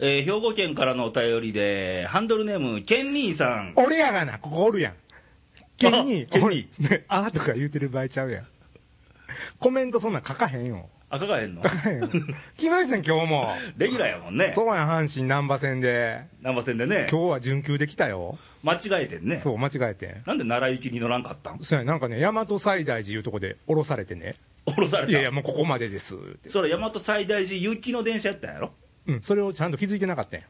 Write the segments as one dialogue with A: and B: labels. A: えー兵庫県からのお便りで、ハンドルネーム、ケンニーさん。
B: 俺やがな、ここおるやん。ケンに、
A: あケンに
B: 俺ねあーとか言うてる場合ちゃうやん。コメントそんなん書かへんよ。
A: 赤がえんの
B: 書 かへんよ。来ましたね、今日も。
A: レギュラーやもんね
B: そ。うやん、阪神難波線で。
A: 南波線でね。
B: 今日は準急で来たよ。
A: 間違えてんね。
B: そう、間違えてん。
A: なんで奈良行きに乗らんかったん
B: そうや、なんかね、大和西大寺いうとこで降ろされてね。
A: 降ろされた。
B: いやいや、もうここまでです。って
A: それ、大和最大寺、雪の電車やったんやろ
B: うん、それをちゃんと気づいてなかったんや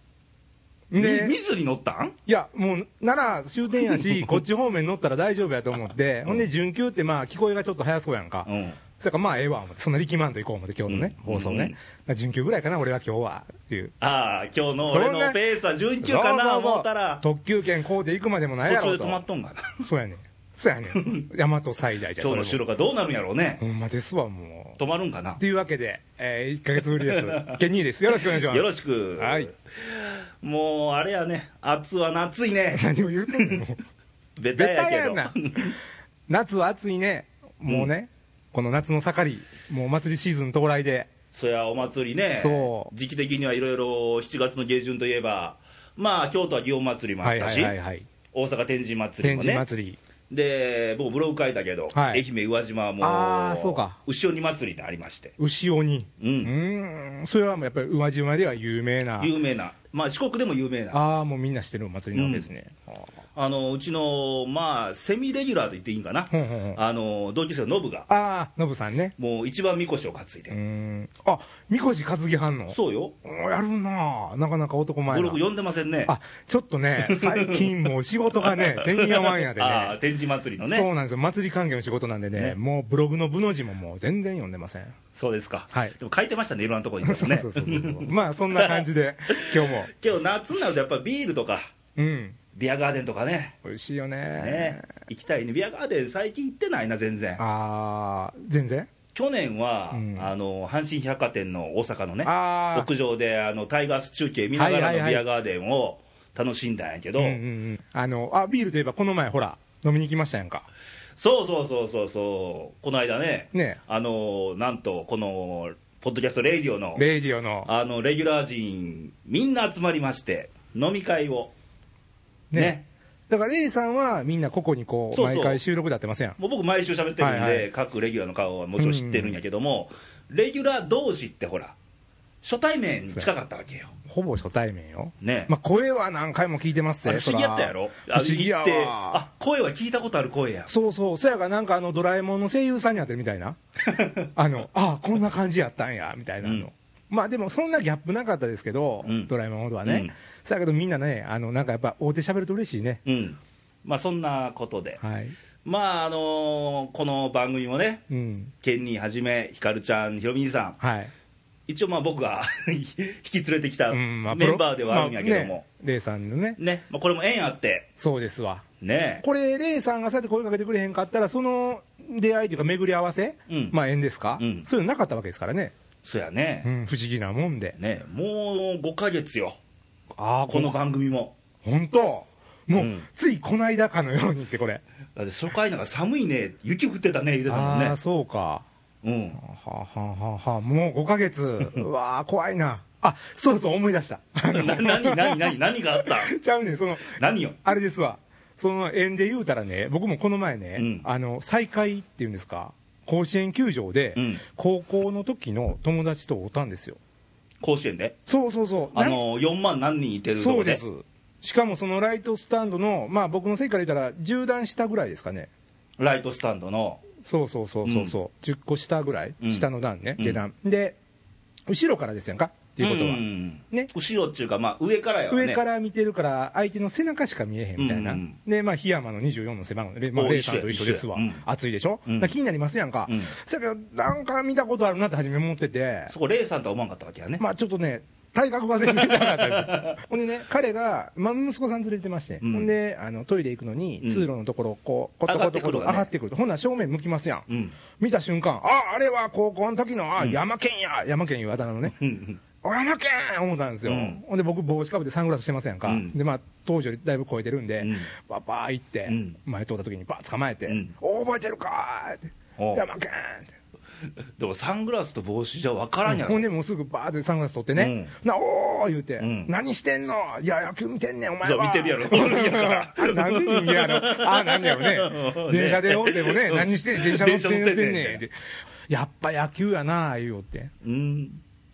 B: ん。
A: ね、
B: で
A: み水に乗ったん
B: いや、もう、奈良終点 やし、こっち方面乗ったら大丈夫やと思って、ほんで、準急って、まあ、聞こえがちょっと早そうやんか。
A: うん。
B: それから、まあ、ええわ、思ってそんな力まんと行こう思って、今日のね、
A: うん
B: 放送
A: うん
B: ね。準急ぐらいかな、俺は今日は、っていう。
A: ああ、今日の俺
B: そんな
A: のペースは準急かな
B: そうそうそう
A: 思ったら、
B: 特急券こうで行くまでもないや
A: 途中
B: ろう
A: で
B: と。
A: 止まっとんがな。
B: そうやねん。そうやね ん。大和最大じゃ
A: 今日の収
B: それも
A: 録はどうなるんやろうね。
B: ほんまですわ、もう。
A: 止まるんかな
B: っていうわけで、えー、1ヶ月ぶり です。ケニーです。よろしくお願いします。
A: よろしく。
B: はい。
A: もう、あれやね、暑は夏いね。
B: 何を言うて んの
A: ベタ
B: ベタ
A: やけ
B: や
A: ど。
B: な夏は暑いねもうね、この夏の盛りもうお祭りシーズン到来で
A: そや、お祭りね。
B: そう
A: 時期的にはいろいろ7月の下旬といえば、まあ、京都は祇園祭りもあ
B: は
A: っ
B: い
A: た
B: は
A: し、
B: いはいはい
A: 大阪天神祭り
B: 天
A: も
B: 神
A: ね。
B: 祭り
A: で、僕ブログ書いたけど、
B: はい
A: 愛媛宇和島はもう、
B: あーそうか
A: 牛鬼祭りってありまして。
B: 牛鬼
A: う
B: うん
A: ん。
B: ーんそれはもうやっぱり宇和島では有名な
A: 有名な。まあ、四国でも有名な。
B: ああもうみんな知ってるお祭りなんですね、あー
A: あのうちの、まあ、セミレギュラーと言っていいんかな、
B: ほんほんほん
A: あの同級生のノブが、
B: あーノブさんね
A: もう一番みこしを担いう
B: ー
A: で、
B: んあみこし担ぎはんの
A: そうよ、
B: おーやるなあなかなか男
A: ブ
B: 前な
A: ログ読んでませんね、
B: あちょっとね最近もう仕事 がねてんやわんやでね
A: あー天神祭りのね、
B: そ
A: そう
B: うなんですよ祭り関係の仕事なんでね
A: ね
B: もうブログの部の字ももう全然読んでません
A: ですか、
B: はい
A: でも書いてましたね、いろんなところにですね
B: そう、そうそうそうまあそんな感じで今日も
A: けど夏になるとやっぱりビールとか、
B: うん
A: ビアガーデンとかね、
B: 美味しいよね
A: ね行きたいね、ビアガーデン、最近行ってないな、全然、
B: ああ全然
A: 去年は、
B: うん
A: あの阪神百貨店の大阪のね、
B: あー
A: 屋上であのタイガース中継見ながら
B: はいはい
A: の
B: はい
A: ビアガーデンを楽しんだんやけど。
B: うんうんうんあのあビールといえばこの前ほら飲みに行きましたやんか
A: そうそうそうそうそうこの間ね
B: ね
A: あのーなんとこのポッドキャストレイディオの
B: レイディオの
A: あのレギュラー陣みんな集まりまして飲み会をね
B: ねだからレイさんはみんなここにこう
A: そうそう
B: 毎回収録だってません
A: もう僕毎週喋ってるんで、
B: はいはい
A: 各レギュラーの顔はもちろん知ってるんやけども、レギュラー同士ってほら初対面に近かったわけよ
B: ほぼ初対面よ
A: ね
B: まあ声は何回も聞いてます
A: あれ
B: ぜ
A: 不思議やったやろ
B: そら
A: あ
B: 不思議や
A: 行って
B: わ
A: あ声は聞いたことある声や
B: そうそう、そやがなんかあのドラえもんの声優さんになってるみたい な、あのあこんな感じやったんやみたいなの、
A: うん
B: まあでもそんなギャップなかったですけど、
A: うん
B: ドラえもんほどは
A: うん
B: ね、そやけどみんなね、あのなんかやっぱ、大手喋ると嬉しいね、
A: うんまあそんなことで、
B: はい、
A: まああのーこの番組もね
B: うん、
A: ケンニーはじめ、ひかるちゃん、ひろみ兄さん、
B: はい、
A: 一応まあ僕が 引き連れてきた
B: う
A: メン
B: んまあ
A: バーではあるんやけども、
B: まあねレイさんのね、
A: ね、まあ、これも縁あって、
B: そうですわ、
A: ね、
B: これ、レイさんがそうやって声かけてくれへんかったら、その出会いというか、巡り合わせ、
A: うん
B: まあ縁ですか、
A: うん
B: そういうのなかったわけですからね、
A: そや
B: う
A: ね、
B: ん、不思議なもんで、
A: ね、もう5ヶ月よ、
B: ああ、
A: この番組も。
B: 本当、もう、
A: うん
B: ついこないだかのようにって、これ。
A: だって初回なんか寒いね、雪降ってたね、言ってたもん
B: ああ
A: ね
B: ー。そうか
A: うん。
B: はあはあはあはあもう5ヶ 月うわあ怖いなあそうそう思い出した あの
A: な、なに、なに、なに、何があった
B: ちゃうねんその
A: 何よ。
B: あれですわその縁で言うたらね僕もこの前ね、
A: うん
B: あの再会っていうんですか甲子園球場で、
A: うん
B: 高校の時の友達と会ったんですよ
A: 甲子園で。
B: そうそうそう
A: あ
B: なん
A: の、4万何人いてると
B: そ
A: こ
B: うで。
A: です
B: しかもそのライトスタンドのまあ僕の席から言ったら10段下ぐらいですかね
A: ライトスタンドの。
B: そうそうそうそうそう、10個下ぐらい、
A: うん
B: 下の段ね、
A: うん
B: 下段で後ろからですやんかっていうことは、
A: ん
B: ね
A: 後ろっていうか、まあ上からやわね。
B: 上から見てるから相手の背中しか見えへんみたいな、
A: うんうん
B: でまあ檜山の24の背番号で、まあ、
A: お
B: レイさんと一緒ですわ、
A: 一緒やうん
B: 暑いでしょ、
A: うん
B: だから気になりますやんか、
A: うん
B: そやけどなんか見たことあるなって初め思ってて
A: そこ、レイさんとは思わんかったわけやね。
B: まあちょっとね体格が全然出なかったですほんでね彼が、まあ、息子さん連れてまして、
A: うん
B: ほんであのトイレ行くのに
A: うん
B: 通路のところをこうコトコトコ
A: 上がってくる
B: ト
A: わ
B: 上
A: ね
B: がってくると、ほんなら正面向きますやん、
A: うん。
B: 見た瞬間ああれは高校の時のあ
A: うん
B: 山県や山県いうあだ名のね
A: うん
B: 俺山県思ったんですよ、
A: うん
B: ほんで僕帽子かぶってサングラスしてませんやんか、
A: うん
B: でまあ当時よりだいぶ超えてるんで、
A: うん
B: バッバー行って、
A: うん
B: 前通った時にバー捕まえて「
A: うん
B: お覚えてるか?」って
A: お
B: 「山県」って
A: でもサングラスと帽子じゃ分からんやろ、
B: ほんでもうすぐバーってサングラス取ってね、なおー言うて、
A: うん
B: 何してんのいや、野球見てんねん、お前
A: そう
B: は。
A: 見てるやろ
B: あ なんで人間やろ、あなんだ よね、電車でおってもね、
A: うん
B: 何してん、電車乗ってん
A: 電車
B: 乗
A: 乗
B: っ
A: ってて
B: ん
A: ん
B: ね
A: ね
B: ん
A: ん
B: って、やっぱ野球やなあ言うて。
A: うん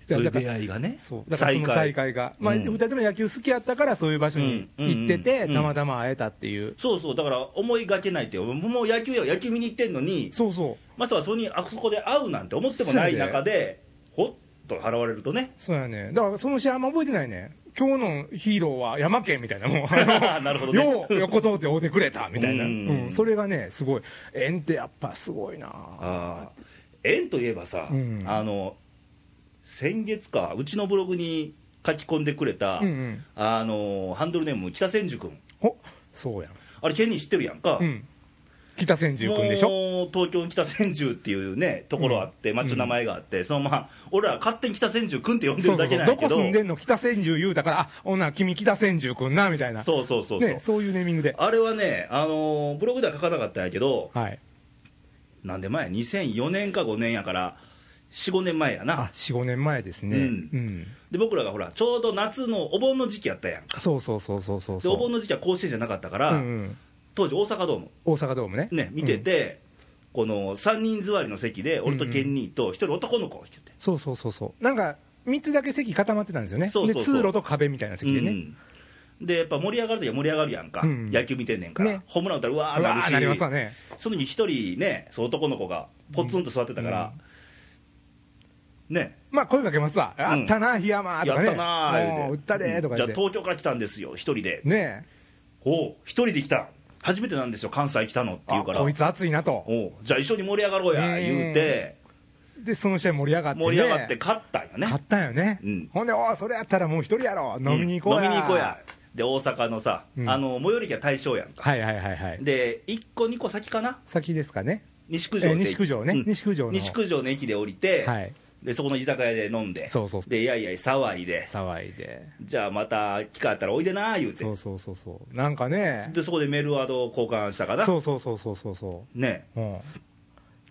A: そういう出会いがね
B: そうだからその再会が、まあ
A: うん
B: 二人とも野球好きやったから、そういう場所に行ってて、
A: うんうんうん
B: たまたま会えたっていう、
A: そうそうだから思いがけないってもう野球や野球見に行ってんのに
B: そうそう、
A: まさかそこにあそこで会うなんて思ってもない中でほっと現れるとね
B: そうやね、だからその試合、あんま覚えてないね、今日のヒーローは山県みたいな、もう、
A: なるほどね
B: よう横通って追うてくれたみたいな、う
A: うんん
B: それがね、すごい、縁ってやっぱすごいな
A: ああ縁といえばさ、
B: うん
A: あの先月かうちのブログに書き込んでくれた、
B: うんうん
A: あのハンドルネーム北千住君
B: おそうやん、
A: あれケニー知ってるやんか、
B: うん、北千住君でしょ、
A: もう東京に北千住っていうねところあって、町の名前があってそのまま俺ら勝手に北千住君って呼んで
B: そ
A: る
B: うそ
A: だ
B: うそ
A: けなん
B: うど
A: やけ
B: こ
A: ど
B: 住んでんの、北千住言うたから、あほな、君、北千住君なみたいな、
A: そうそうそうそう、
B: ね、そういうネーミングで。
A: あれはね、あのーブログでは書かなかったんやけど、
B: はい
A: なんで前、2004年か5年やから、4、5年前や
B: あ
A: な、
B: 45年前ですね、う
A: うんんで僕らがほら、ちょうど夏のお盆の時期やったやんか、
B: そうそうそうそうそう
A: で
B: そう
A: お盆の時期は甲子園じゃなかったから、
B: うんうん
A: 当時、大阪ドーム、
B: 大阪ドームね
A: ね、見てて、この3人座りの席で、俺とケンニーと、1人男の子が来てて、
B: そうそうそうそうなんか3つだけ席固まってたんですよね
A: そうそうそう
B: で通路と壁みたいな席でね、
A: うんでやっぱ盛り上がるときは盛り上がるやんか、
B: うん
A: 野球見てんねんから、
B: ね
A: ホームラン打ったらうわ
B: う
A: ー
B: わ
A: なる
B: ー
A: し、
B: なりますわね
A: その時一人ね、そう男の子がポツンと座ってたから、ね、
B: まあ声かけますわ、あったな檜山と
A: や
B: か
A: っ
B: ね
A: たなー
B: もう打ったでーとか
A: じ
B: 言
A: ゃあ
B: って、
A: 東京から来たんですよ、一人で、
B: ねえ
A: おう、一人で来た、初めてなんですよ、関西来たのって言うから、
B: あこいつ熱いなと
A: おうじゃあ一緒に盛り上がろう
B: うん
A: や、言うて、
B: でその試合盛り上がって、ね、
A: 盛り上がって勝ったんよね、
B: 勝ったよね、
A: うん
B: ほんでおーそれやったらもう一人やろ
A: うん
B: 飲みに行こうや、
A: 飲みに行こうや、で、大阪のさ、
B: うん
A: あの最寄り駅は大正やんか、
B: はいはいはいはい
A: で、1個、2個先かな、
B: 先ですかね
A: 西九条って
B: えー西九条ね
A: うん
B: 西九条の
A: 西九条の駅で降りて、
B: はい
A: でそこの居酒屋で飲んで
B: そうそう
A: でやいやい騒いで
B: 騒いで
A: じゃあまた機会あったらおいでなー言うて
B: そうそうそうそうなんかね
A: でそこでメールワードを交換したかな
B: そうそうそうそうそうそ
A: ね
B: う、うん、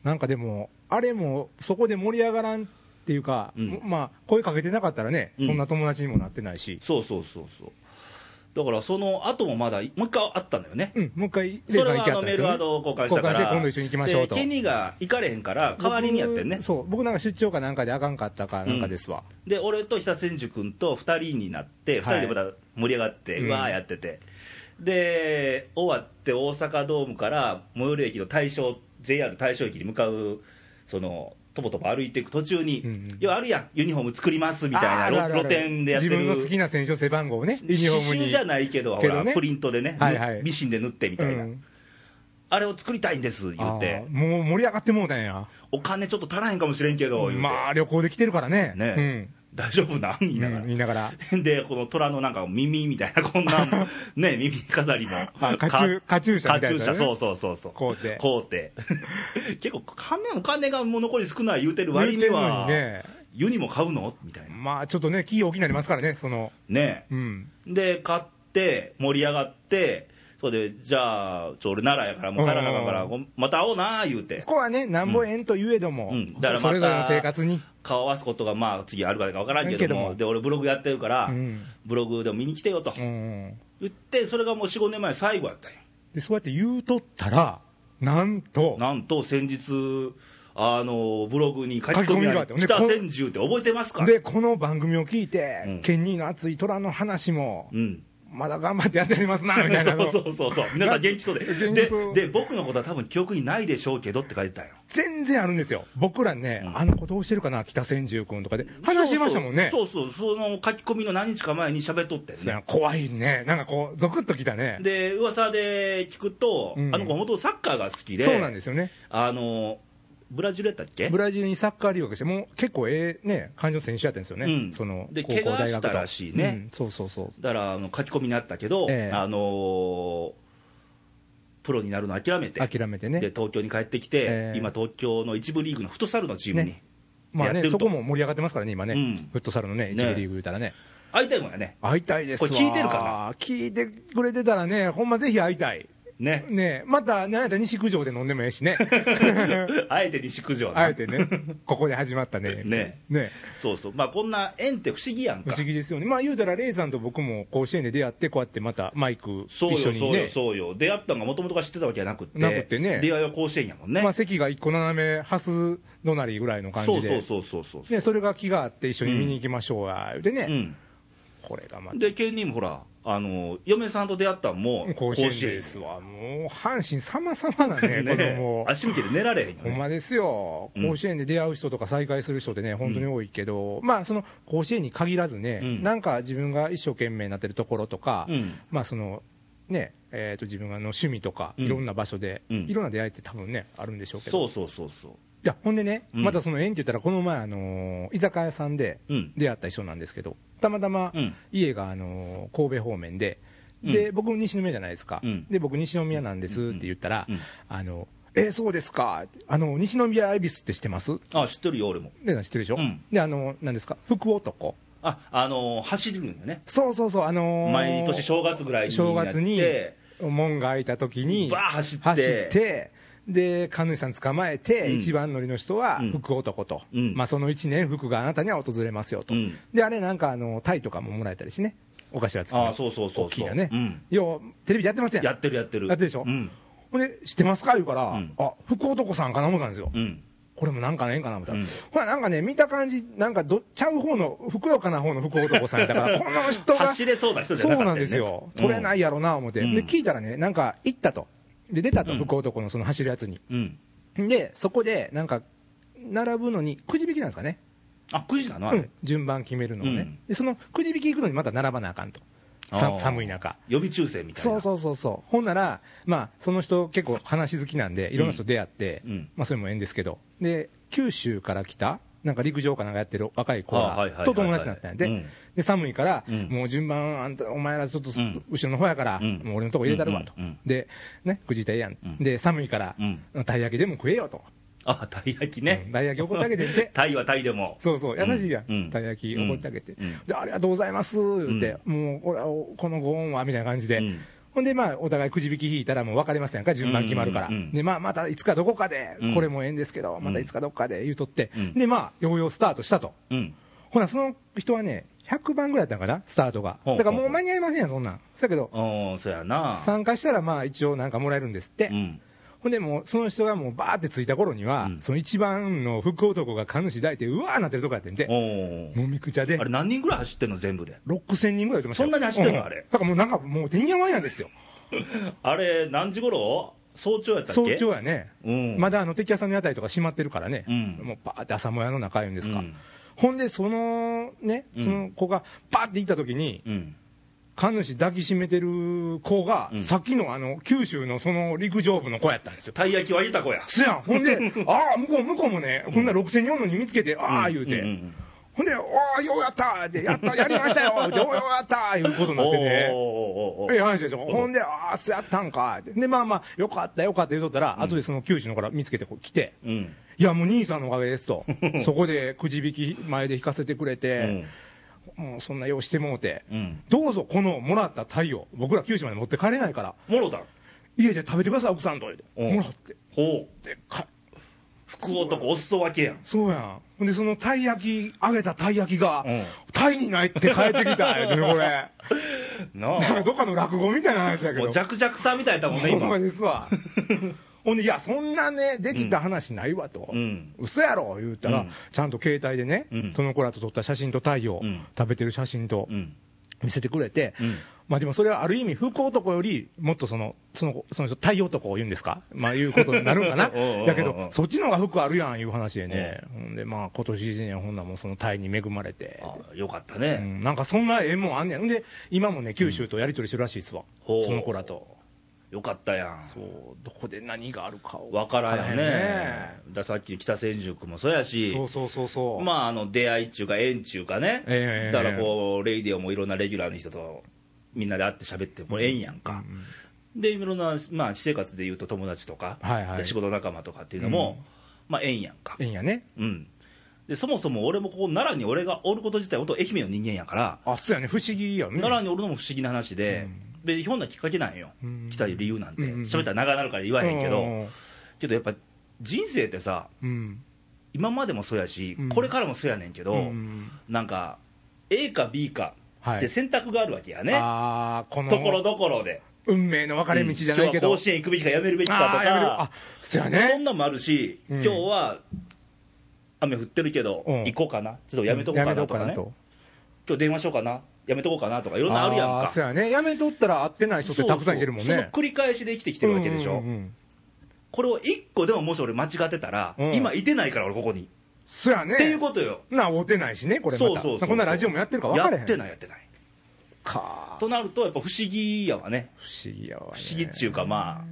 B: なんかでもあれもそこで盛り上がらんっていうか、
A: うん
B: まあ声かけてなかったらね、
A: うん
B: そんな友達にもなってないし
A: そうそうそうそうだからその後もまだもう一回あったんだよね
B: うんもう一回
A: それ
B: レイ
A: は
B: さ
A: あ
B: ん行きは
A: の
B: ったん
A: メール
B: ですよね
A: ワードを交換したか
B: 交換し
A: ら
B: て今度一緒に行きましょうと
A: でケニーが行かれへんから代わりにやってんね
B: 僕そう僕なんか出張かなんかであかんかったかなんかですわ、
A: で俺と久千住君と2人になって2
B: はい
A: 人でまた盛り上がって、
B: うん
A: うわーやっててで終わって大阪ドームから最寄り駅の大正 JR 大正駅に向かうそのとぼとぼ歩いていく途中に、
B: うんうん
A: 要はあるやんユニフォーム作りますみたい
B: あー
A: な
B: あるあるあ
A: ろ
B: る
A: 露店でやってる
B: 自分の好きな選手の背番号をねユニフォーム
A: 刺繍
B: に
A: じゃないけど
B: け
A: ほ
B: どね
A: らプリントでね、
B: はいはい
A: ミシンで縫ってみたいな、
B: うん
A: あれを作りたいんです言っ
B: あ
A: て
B: ーもう盛り上がってもうたんや
A: お金ちょっと足らへんかもしれんけど言うて、
B: まあ旅行で来てるからね
A: ね大丈夫なん言
B: うん
A: いながら
B: うん、。見ながら
A: で、この虎のなんか耳みたいな、こんなん も、ね、耳飾りも。
B: あカチュカチューシャみたいな
A: カチューシャ
B: やつだね
A: そうそうそうそう。
B: こうて
A: こうて。 結構、金、お金がもう残り少ない言うてる割には、
B: 言うてんのにね
A: ユニも買うのみたいな。
B: まあちょっとね、キー大きくなりますからね、その、
A: ね。
B: うん、
A: で、買って、盛り上がって、それで、じゃあ、ちょ、俺奈良やから、もう帰らなあかんから、
B: うん
A: また会おうな、言うて
B: そ。こはね、なんぼ円といえども、
A: うんだからまた
B: それぞれの生活に、
A: 顔合わすことが、まあ、次あるかどうかわからんけども、
B: けども
A: で、俺ブログやってるから、
B: うん
A: ブログでも見に来てよと
B: うん、
A: 言って、それがもう4、5年前最後やったんよ。
B: でそうやって言うとったら、なんと、
A: なんと先日、あのブログに書き込み
B: 書き込みがあ
A: が
B: って
A: 北千住って覚えてますか
B: でこの番組を聞いて、
A: うん
B: ケニーの熱い虎の話も、
A: うん、
B: まだ頑張ってやってやりますな、みたいな
A: そ
B: の
A: うそうそうそう、皆さん元気そうで、
B: 元気
A: で
B: そう
A: で僕のことは多分記憶にないでしょうけどって書いてたよ、
B: 全然あるんですよ、僕らね、
A: うん
B: あの子どうしてるかな、北千住君とかで、話しましたもんね。
A: そうそう、そうその書き込みの何日か前に喋っとったよ
B: いや
A: ね、
B: 怖いね、なんかこう、ゾクッときたね、
A: で噂で聞くと、
B: うん
A: あの子、元々サッカーが好きで、
B: そうなんですよね、
A: あのブラジルやったっけ
B: ブラジルにサッカー留学して、もう結構ええね、感情選手やったんですよね、
A: うん
B: その
A: で
B: 高校
A: 怪我
B: 大学と
A: したらしいね
B: うんそうそうそう、
A: だからあの書き込みにあったけど、
B: ええ
A: あのプロになるの諦めて。
B: 諦めてね
A: で、東京に帰ってきて、
B: えー
A: 今、東京の一部リーグのフットサルのチームに、
B: ねまあ
A: やっ
B: ね、
A: てる
B: そ
A: と
B: こも盛り上がってますからね、今ね、
A: うん
B: フットサルのね、一
A: ね
B: 部リーグ言うたらね、
A: 会いたいもんやね、
B: 会いたいですわ
A: これ聞いてるか
B: 聞いてくれてたらね、ほんまぜひ会いたい、
A: ね
B: ねえまた、なんやったら西九条で飲んでもええ しね。
A: あえて西九条な
B: あえてね、ここで始まったね。
A: ね
B: ね
A: そうそうまあこんな縁って不思議やん
B: 不
A: か
B: 思議ですよね。まあ言うたら、レイさんと僕も甲子園で出会って、こうやってまたマイク
A: そう
B: 一緒
A: よ
B: に
A: そうよ
B: ね。
A: そうよ出会ったのがもともとが知ってたわけじゃなくて
B: なくてね
A: 出会いは甲子園やもんね、
B: まあ席が一個斜め、ハス隣ぐらいの感じ
A: そう
B: で。
A: そうそうそうそう、
B: ね、それが気があって一緒に見に行きましょうや、でね、
A: う
B: これがま
A: ん、でケンにもほらあの嫁さんと出会ったんも
B: た甲子園ですわもう阪神様々だ
A: 甲子園
B: ね 子
A: ね
B: 供
A: 足向けて寝られへんよ
B: ほん
A: ね
B: まですよ
A: うん
B: 甲子園で出会う人とか再会する人ってね本当に多いけど、まあその甲子園に限らずね、
A: うん
B: なんか自分が一生懸命になってるところとか、
A: うん
B: まあそのねえー、と自分の趣味とか、
A: うん
B: いろんな場所で、
A: うん
B: いろんな出会いって多分ねあるんでしょうけど
A: そうそうそうそ
B: いやほんでね、
A: うん
B: またその縁って言ったらこの前、あのー居酒屋さんで
A: ううん
B: 出会った人なんですけどたまたま、
A: うん
B: 家が、あのー神戸方面で、
A: うん
B: で僕、西宮じゃないですか、
A: うん
B: で僕、西宮なんですって言ったら、
A: うん
B: あのえーそうですか、あの西宮恵比寿って知ってます
A: あ知ってるよ俺も
B: で知ってるでしょ、
A: うん
B: であのなんですか、福男、
A: ああのー走るんよね
B: そうそうそう、あのー
A: 毎年正月ぐらいに
B: 正月に
A: やって
B: 門が開いた時に
A: バー走って
B: 走ってで神主さん捕まえて、
A: うん
B: 一番乗りの人は
A: うん
B: 福男と、
A: うん
B: まあ、その1年福があなたには訪れますよと、
A: うん
B: であれなんかあのタイとかももらえたりしねお菓子はつきの
A: あそうそうそうそう
B: 大きいやね、
A: うん
B: ようテレビでやってますやん
A: やってるやってる
B: やってるでしょ
A: うん
B: ほんで知ってますか言うから、
A: うん
B: あ福男さんかな思ったんですよ、
A: うん
B: これもなんかねえんかな思ったら、
A: うん
B: ほらなんかね見た感じなんかどっちゃう方のふくよかな方の福男さんやったか らこの人が
A: 走れそうな人じゃ
B: そ
A: な
B: う
A: かった
B: な
A: よ
B: ん
A: ね
B: ですよ、取れないやろな思って、
A: うん
B: で聞いたらね、なんか行ったと、で出たと、
A: うん
B: 福男のその走るやつに、
A: うん、うん
B: でそこでなんか、並ぶのにくじ引きなんですかね、
A: あ9時なのあ
B: う
A: れ、
B: ん順番決めるのをね、
A: うん
B: でそのくじ引き行くのにまた並ばなあかんと、
A: あ
B: さ
A: ー
B: 寒い中。
A: 予備抽選みたいな
B: そうそうそうそう、ほんなら、まあ、その人、結構話好きなんで、いろんな人出会って、
A: うんうん
B: まあ、それも縁ですけど、で九州から来た、なんか陸上かなんかやってる若い子
A: あはいはいはいは
B: が
A: い
B: と友達だったんやで、
A: うん
B: で寒いから、
A: うん
B: もう順番、あんたお前らちょっとす、
A: うん
B: 後ろの方やから、
A: うん
B: もう俺のとこ入れたるわと、
A: うんうんうん
B: で、ね、くじいたらええやん,、
A: うん
B: で寒いから、たい焼きでも食えよと、
A: あたい焼き
B: う
A: ね。
B: んたい焼き怒ってあげてんて
A: タイはタイでも
B: そうそう、優しいやん、
A: うん
B: たい焼き怒ってあげて、
A: うん
B: で、ありがとうございますって、もうこれはこのご恩はみたいな感じで、
A: うん
B: ほんで、まあ、お互いくじ引き引いたらもう分かりませんか、順番決まるから、
A: うんうんうん
B: で、まあ、またいつかどこかで、
A: うん
B: これもええんですけど、またいつかどこかで言うとって、
A: うん
B: で、まあ、ようようスタートしたと、
A: うん
B: ほな、その人はね、100番ぐらいだったんかな、スタートが、
A: ほうほ
B: だ
A: う
B: からもう間に合いませんやん、そんなん、そやけど、
A: うんそうやな
B: 参加したら、まあ、一応なんかもらえるんですって。
A: うん
B: ほんでもうその人がもうバーって着いた頃には、
A: うん
B: その一番の福男が神主抱いてうわーなってるとこやってんで
A: おー
B: もみくちゃで
A: あれ何人ぐらい走ってんの全部で
B: 6000人ぐらい打ってましたよ
A: そんなに走ってんのあれ
B: だからもうなんかもうてんやわんやですよ
A: あれ何時頃早朝やったっ
B: 早
A: け
B: 朝やね、
A: うん
B: まだあの敵屋さんの屋台とか閉まってるからね、
A: うん
B: もうバーって朝もやの中いうんですか、
A: うん
B: ほんでそのね
A: うん
B: その子がバーって行った時に
A: うん
B: 神主抱きしめてる子が、
A: うん
B: さっきのあの九州のその陸上部の子やったんですよ
A: たい焼きはゆた子や
B: すやんほ んでああ向こう向こうもねこんな6000人おんのに見つけて、ああ言うて、
A: んん
B: ほんで、おー、ようやったーって、やった、やりましたよーって、おー、ようやったーいうこと
A: う
B: に
A: ん
B: なって
A: おー
B: ね。
A: おーおーお
B: ええ
A: ー
B: 話でしょ。ほんで、あー、そうやったんかーって。で、まあまあ、よかった、よかった言うとったら、後でその九州の子から見つけてこう来て、
A: うん
B: いや、もう兄さんのおかげです と。そこでくじ引き前で引かせてくれて、もうそんなようしてもうて、
A: うん
B: どうぞこのもらった太陽、僕ら九州まで持って帰れないから、
A: もろた
B: 家で食べてください、奥さんと。言うて
A: うん
B: もらって。
A: ほう
B: でか
A: 福男お裾分けやん
B: そうやん。ほんで、そのたい焼き、揚げたたい焼きが
A: うん、
B: タイにないって帰ってきた、言うてねこれ。
A: な
B: なんか
A: あ
B: どっかの落語みたいな話だ け
A: も
B: ど。
A: う弱々さんみたいだもんね
B: ほんま
A: 今
B: で すわ。ほんで、いや、そんなね、できた話ないわと。
A: うん
B: 嘘やろ言ったら、
A: うん
B: ちゃんと携帯でね、
A: うん
B: その子らと撮った写真と太陽、
A: うん
B: 食べてる写真と
A: うん
B: 見せてくれて、
A: うん
B: まあでもそれはある意味、福男よりもっとその、その、その人、太陽男を言うんですかまあいうことになるんか な。
A: おうおうおうおう
B: だけど、そっちの方が福あるやん、いう話でね。ほんで、まあ今年一年はほんならもうその太に恵まれて。
A: あよかった
B: う
A: ね
B: んなんかそんな縁もあんねん。んで、今もね、九州とやり取りしてるらしいですわ、
A: ほう
B: その子らと。
A: よかったやん
B: そう、どこで何があるかを
A: わからんよね
B: わ
A: だからさっきの北千住君もそうやし
B: そうそうそうそう。
A: まああの出会いっちゅうか縁っちゅうかね、
B: ええ
A: だからこうレイディオもいろんなレギュラーの人とみんなで会って喋ってもう縁やんか、でいろんな、まあ、私生活でいうと友達とか、
B: はいはい
A: で仕事仲間とかっていうのも、まあ縁やんか
B: ええんやね。
A: うんでそもそも俺もここ奈良に俺がおること自体本当愛媛の人間やから、
B: あ、そうやね、不思議やね。
A: 奈良におるのも不思議な話で、でひょんなきっかけなんよ、
B: うん
A: 来た理由なんて
B: うんうんうん
A: 喋ったら長なるから言わへんけど、
B: うん
A: けどやっぱ人生ってさ
B: うん
A: 今までもそうやし、
B: うん
A: これからもそうやねんけど、
B: うん
A: なんか A か B か
B: は
A: って選択があるわけやね、
B: あーこの
A: ところどころで
B: 運命の分かれ道じゃないけど、
A: うん今日は甲子園行くべきかやめるべきかと
B: あーやめる
A: か
B: あそうや
A: そん
B: ね
A: なんもあるし、
B: うん
A: 今日は雨降ってるけど、
B: うん
A: 行こうかなちょっとやめとこうかなとかね、
B: と
A: 今日電話しようかなやめとこうかなとかいろんなあるやん
B: あー
A: か
B: そうやねやめとったら会ってない人ってたくさんいてるもん
A: そうそう
B: ね
A: その繰り返しで生きてきてるわけでしょ、
B: うんうんうん
A: これを一個でももし俺間違ってたら、
B: うん
A: 今いてないから俺ここに、
B: そうやね
A: っていうことよ
B: なあ会うてないしねこれまた
A: そうそうそう
B: こんなラジオもやってるか分かれへん
A: やってないやってない
B: か
A: となるとやっぱ不思議やわね
B: 不思議やわ、ね、
A: 不思議っちゅうかま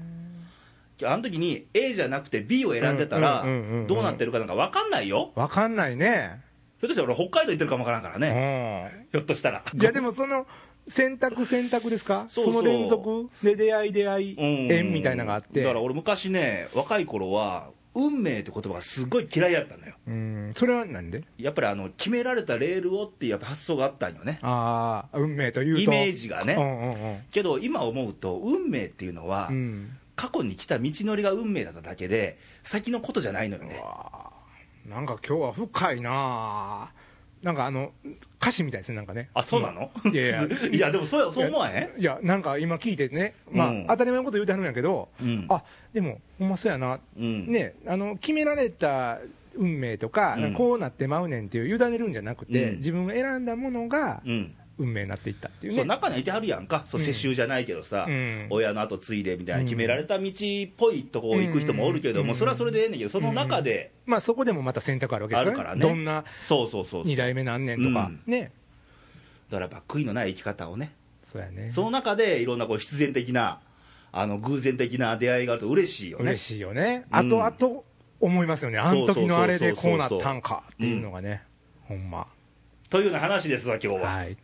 A: ああの時に A じゃなくて B を選んでたら
B: うんうんうんうんうん
A: どうなってるかなんか分かんないよ
B: 分かんないね
A: ひょっとしたら俺北海道行ってるかもわからんからね、ひ
B: う
A: ょっとしたら
B: んいやでもその選択選択ですか
A: そうそう
B: の連続で出会い出会い、
A: うん
B: 縁みたいなのがあって
A: だから俺昔ね若い頃は運命って言葉がすごい嫌いやったのよ
B: うんそれはなんで
A: やっぱりあの決められたレールをっていうやっぱ発想があったんよね
B: ああ運命というと
A: イメージがね、
B: うんうん
A: けど今思うと運命っていうのは、
B: うんうん
A: 過去に来た道のりが運命だっただけで先のことじゃないのよね
B: わあなんか今日は深いなあなんかあの歌詞みたいですねなんかね
A: あそうなの、
B: うんいやいや
A: いやでもそうやそう思わへん
B: いやなんか今聞いてねまあ、
A: うん
B: 当たり前のこと言うてはるんやけど、
A: うん
B: あでもほんまそうやな
A: うん
B: ね、あの決められた運命とか、
A: うん
B: なんかこうなってまうねんっていう、委ねるんじゃなくて、
A: うん
B: 自分が選んだものが
A: うん
B: 運命になっていったっていう
A: そう
B: ね、
A: 中にはいてはるやんか、そう
B: うん
A: 世襲じゃないけどさ、
B: うん
A: 親の後継いでみたいな、
B: うん
A: 決められた道っぽいとこ行く人もおるけども、
B: うん
A: それはそれでええねんけど、その中で、
B: まあ、そこでもまた選択あるわけですよ
A: ある
B: ね、
A: からね
B: どんな
A: そうそうそうそう、
B: 2
A: だか
B: 代目何年とか、
A: うん
B: ね、
A: らやっぱ悔いのない生き方をね、
B: そうやね、
A: その中でいろんなこう必然的な、あの偶然的な出会いがあると嬉しいよね、
B: 嬉しいよね、
A: うん
B: あとあと思いますよね、あの時のあれでこうなっ
A: そうそうそうそう
B: たんかっていうのがね、ほんま。
A: というような話ですわ、今日は。
B: はい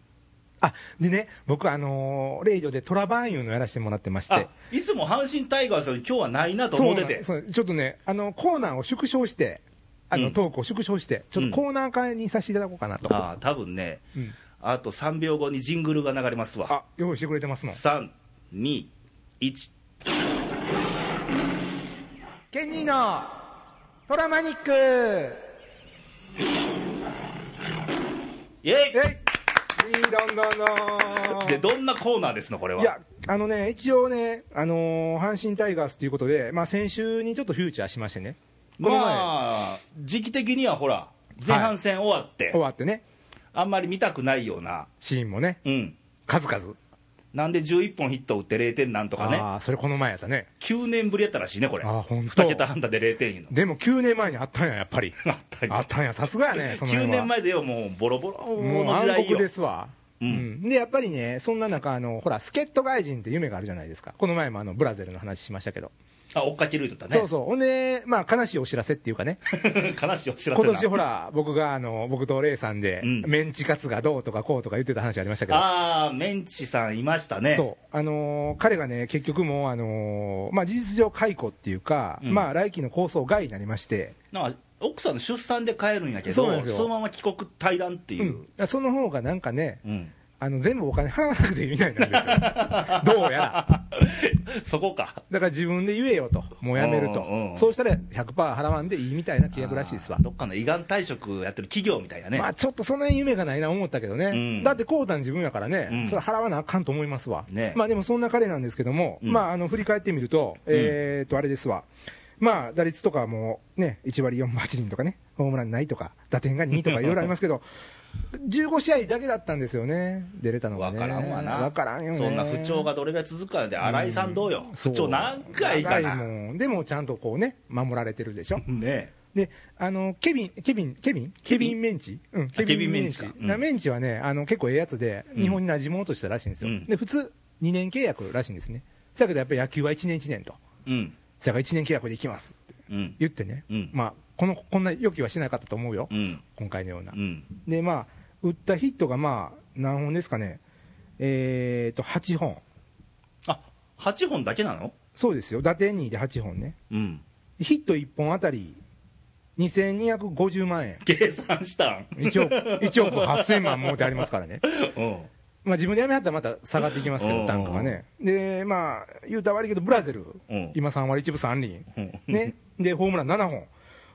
B: あでね、僕、あのーレイドでトラバンいうのやらせてもらってまし
A: あ
B: て、
A: いつも阪神タイガースより今日はないなと
B: そ
A: 思
B: う
A: っ
B: な
A: て
B: ん
A: て、
B: そうちょっとね、あのコーナーを縮小して、あの、
A: うん
B: トークを縮小して、ちょっとコーナー会にさせていただこうかなと。
A: ああ多分ね、
B: うん
A: あと3秒後にジングルが流れますわ、
B: あ用意してくれてますもん。
A: 3、2、1、
B: ケニーのトラマニックえ
A: イェイ
B: いいどんどんどん
A: でどんなコーナーですの、これは。
B: いや、あのね、一応ね、あのー阪神タイガースということで、まあ、先週にちょっとフューチャーしましてね、この前、
A: まあ、時期的にはほら、前半戦終わって、
B: 終わってね、
A: あんまり見たくないような、
B: シーンもね、
A: うん、
B: 数々、
A: なんで11本ヒット打って0点なんとかね、
B: ああ、それこの前やったね、
A: 9年ぶりやったらしいね、これ、
B: あーほんと
A: 2桁安打で0点いうの、
B: でも9年前にあったんや、やっぱり、
A: あったり、
B: あったんや、さすがやね、その
A: 9
B: 辺は
A: 年前でよ、もうボロボロ
B: もう
A: の時
B: 暗
A: 代
B: 黒
A: よ
B: で、すわ、
A: う
B: うんん、でやっぱりね、そんな中あの、ほら、助っ人外人って夢があるじゃないですか、この前もあのブラゼルの話しましたけど、
A: あ追っかけるとったね、
B: そうそう、ほんで、まあ、悲しいお知らせっていうかね、
A: 悲しいお知らせ
B: 今
A: な
B: 年ほら、僕があの僕とレイさんで、
A: うん
B: メンチカツがどうとかこうとか言ってた話ありましたけど、
A: あー、メンチさんいましたね、
B: そう、あのー彼がね、結局もう、あのーまあ、事実上解雇っていうか、
A: うん
B: まあ、来期の構想外になりまして、
A: なんか奥さんの出産で帰るんやけど、
B: そ
A: そう
B: なんですよ
A: のまま帰国退団っていうう。
B: んその方がなんかね、
A: うん
B: あの全部お金払わなくていいみたいなんです よ、どうやら。
A: そこか
B: だから自分で言えよと、もうやめる
A: うんうんう
B: と
A: ん、
B: そうしたら100%払わんでいいみたいな契約らしいですわ
A: あー。どっかの胃がん退職やってる企業みたいなね、
B: まあちょっとその辺夢がないな思ったけどね、
A: うん
B: だってこうたん自分やからね、
A: うん
B: それ払わなあかんと思いますわ、
A: ね
B: まあでもそんな彼なんですけども、
A: うん
B: まああの振り返ってみると、えーっと、あれですわ、まあ打率とかもね、1割4分8厘とかね、ホームランないとか、打点が2とかいろいろありますけ ど、15試合だけだったんですよね、出れたのが
A: 分
B: ね、
A: からんわな、
B: わからんよね、
A: そんな不調がどれぐらい続くかで、新井さんどうよ、
B: そ
A: 不
B: う
A: 調何回かな、
B: 長い
A: ね
B: もんでもちゃんとこうね、守られてるでしょ。
A: え
B: で、あの、ケビン、ケビン、ケビンケビンメンチうん、
A: あケビンメンチかうん
B: なメンチはね、あの、結構ええやつで、日本に馴染もうとしたらしいんですよ。
A: うん
B: で、普通、2年契約らしいんですね。だけどやっぱり野球は1年1年と。
A: うん、
B: だから1年契約で行きますって
A: うん、
B: 言ってね。
A: うん
B: まあ、この、こんな予期はしなかったと思うよ。
A: うん、
B: 今回のような
A: う。ん、
B: で、まあ、打ったヒットがまあ、何本ですかね。えーと、8本。
A: あ8本だけなの
B: そうですよ。打点2で8本ね。
A: うん、
B: ヒット1本あたり、2250万円。
A: 計算したん、
B: 1億 ,1 億8000万儲けありますからね、
A: うん、
B: まあ、自分でやめはったらまた下がっていきますけ
A: うん
B: ど、単価がね。で、まあ、言うたら悪いけど、ブラゼル
A: うん、
B: 今3割1分3厘
A: うん、
B: ね、で、ホームラン7本、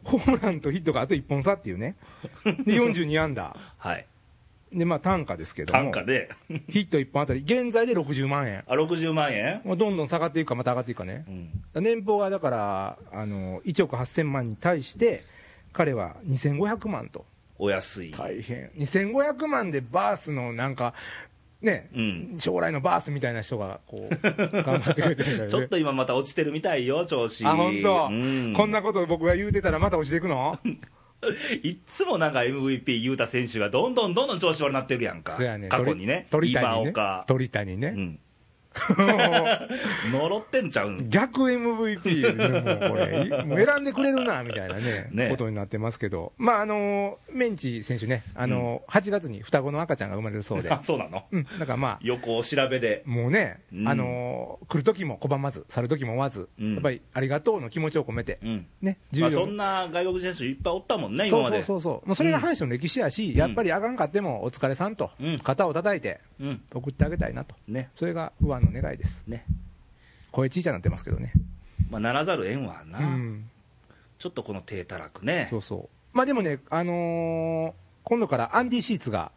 B: ホームランとヒットがあと1本差っていうね、で42安打、
A: はい
B: で、まあ、単価ですけど
A: 単
B: も、
A: 価で
B: ヒット1本あたり、現在で60万円、
A: あ60万円、
B: まあどんどん下がっていくか、また上がっていくかね
A: う、ん、
B: 年俸がだからあの1億8000万に対して、彼は2500万と。
A: お安い
B: 大変2500万でバースのなんかね、
A: うん
B: 将来のバースみたいな人が こう頑張ってくれてるんだよね
A: ちょっと今また落ちてるみたいよ調子
B: あ本当、
A: うん、
B: こんなこと僕が言うてたらまた落ちていくの
A: いっつもなんか MVP ゆうた選手がどんどんどんどん調子悪なってるやんか
B: そうやね
A: 過去にね
B: 鳥鳥
A: 今
B: 谷ね
A: 岡、
B: 鳥谷
A: う
B: ね、
A: ん、 呪ってんちゃうん
B: 逆 MVP よねもうこれいもう選んでくれるなみたいなね
A: ね
B: ことになってますけどまああのメンチ選手ねあの、8月に双子の赤ちゃんが生まれるそうで
A: あ そうなの
B: うんだからまあ
A: 横を調べで
B: もうね、
A: うん
B: あのー来る時も拒まず、去る時も追わず、
A: うん
B: やっぱりありがとうの気持ちを込めて、
A: うん
B: ね、
A: まあ、そ
B: 14
A: んな外国人選手いっぱいおったもんね
B: そ
A: 今
B: う
A: ま
B: そ
A: で
B: うそうそう、もうそれが阪神の歴史やし、やっぱりあかんかっても、お疲れさんと、
A: うん
B: 肩を叩いて
A: うん
B: 送ってあげたいなと、
A: ね
B: それが不安の願いです、
A: ね
B: 声ちいちゃなってますけどね、
A: まあ、ならざる縁はな、
B: うん、
A: ちょっとこの低たらくね
B: そうそう、まあでもね、あのー今度からアンディ・シーツが、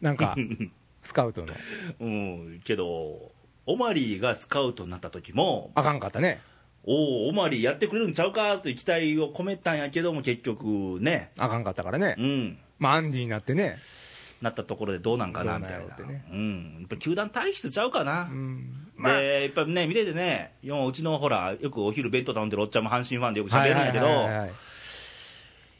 B: な んか、スカウトの、
A: うんけどオマリーがスカウトになった時も
B: あかんかったね、
A: おおオマリーやってくれるんちゃうかという期待を込めたんやけども結局ね
B: あかんかったからね
A: う、ん
B: まあ、アンディになってね、
A: なったところでどうなんかな
B: ど
A: み
B: うな
A: た
B: ん
A: い
B: やろう
A: な
B: ってね
A: うん、やっぱ球団体質ちゃうかな
B: う、ん、
A: でやっぱね見ててねいやうちのほらよくお昼弁当頼んでるおっちゃんも阪神ファンでよく喋るんやけど
B: はいはいはいはいはい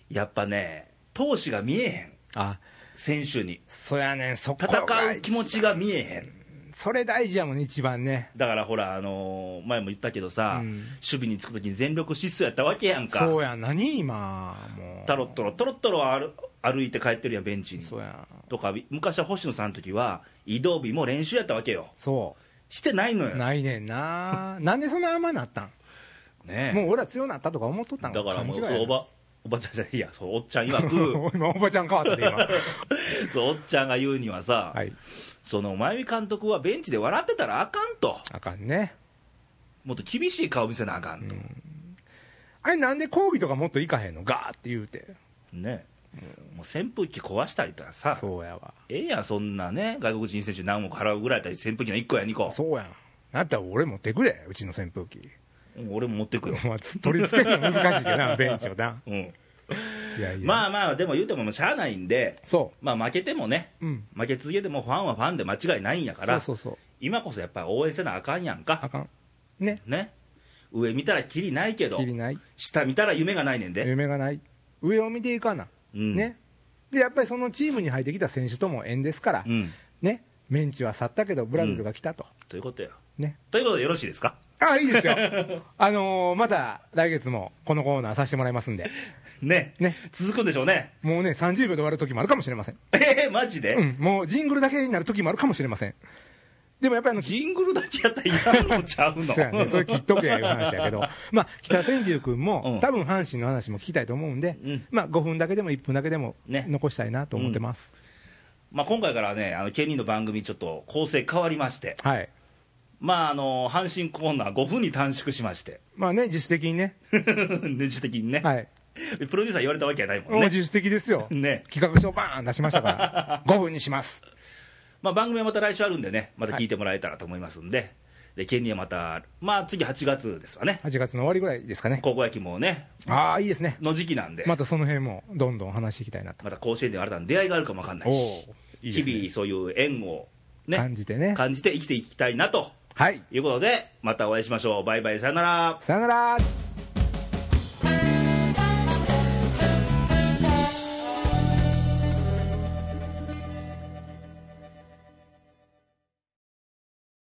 A: やっぱね闘志が見えへん
B: あ
A: 選手に
B: そやねん、そこが
A: 戦う気持ちが見えへん
B: それ大事やもんね、一番ね。
A: だからほら、あのー前も言ったけどさ、
B: うん
A: 守備につくときに全力疾走やったわけやんか
B: そうやん、何今、もう。
A: タロットロトロットロ歩歩いて帰ってるやんベンチに
B: そうやん。
A: とか昔は星野さんの時は移動日も練習やったわけよ
B: そ
A: してないのよ
B: う。
A: ね
B: ないねんな。なんでそんな甘なったん
A: え
B: もう俺ら強なったとか思っとった
A: だ
B: ん
A: からもう
B: 勘違い
A: そうお
B: やな
A: ばおばちゃんじゃないいやそうおっちゃん曰 く
B: 今、おばちゃん変わったで、今。
A: そうおっちゃんが言うにはさ、
B: はい。
A: その真由美監督はベンチで笑ってたらあかんと
B: あかんね。
A: もっと厳しい顔見せなあかんと、
B: あれ、なんで講義とかもっといかへんのガーって言うて。
A: ねもう扇風機壊したりとかさ
B: そうやわ。
A: ええやんそんなね外国人選手何億払うぐらいだったり扇風機の1個や2個
B: そうやん。だったら俺持ってくれ、うちの扇 風機。
A: うん俺も持ってくよ、
B: まあ、取り付けるの難し いけど な、ベンチをな。
A: うん、
B: いやいや。
A: ま
B: あ、
A: あまあでも言うてももうしゃあないんで
B: そ
A: まあ負けてもね
B: う。うん。
A: 負け続けてもファンはファンで間違いないんやから
B: そうそうそう。
A: 今こそやっぱり応援せなあかんやんか
B: あかん。ね。
A: ね上見たらキリないけど
B: きりない。
A: 下見たら夢がないねんで、
B: 夢がない上を見ていかな、
A: うん、
B: ねでやっぱりそのチームに入ってきた選手とも縁ですから、
A: うん
B: ねメンチは去ったけどブラジルが来たと、
A: ということよ
B: ね
A: ということでよろしいですか
B: ああいいで すよあのーまた来月もこのコーナーさせてもらいますんで
A: ね
B: ね
A: 続くんでしょうね
B: もうね30秒で終わる時もあるかもしれません、
A: えー、マジで、
B: うん、もうジングルだけになる時もあるかもしれませんでもやっぱりあの
A: ジングルだけやったらいらんのちゃうの
B: そうやね、それ切っとけやいう話や けど、まあ、北千住君
A: うん
B: も、多分阪神の話も聞きたいと思うんで、
A: うん
B: まあ、5分だけでも1分だけでも
A: ね
B: 残したいなと思ってます。
A: まあ、今回からね、あのケニーの番組、ちょっと構成変わりまして、
B: はい
A: まあ、あの阪神コーナー5分に短縮しまして、
B: まあね、自主的にね、
A: 年次的にね、
B: はい、
A: プロデューサー言われたわけじゃないも
B: も
A: ん
B: う
A: ね、
B: 自主的ですよ、
A: ね
B: 企画書バーン出しましたから、5分 にします、
A: まあ、番組はまた来週あるんでね、また聞いてもらえたらと思いますんで、でケニーはまた、まあ、次8月ですわね、
B: 8月の終わりぐらいですかね、
A: 高校野球もね、
B: ああ、いいですね、
A: の時期なんで、ま
B: またその辺もどんどん話していきたいなと、
A: た甲子園で新たな出会いがあるかもわかんないし、
B: おーいいですね
A: 日々そういう縁を、ね
B: 感じてね、
A: 感じて生きていきたいなと
B: はい、
A: いうことで、またお会いしましょう、バイバイ、さよなら。
B: さよなら。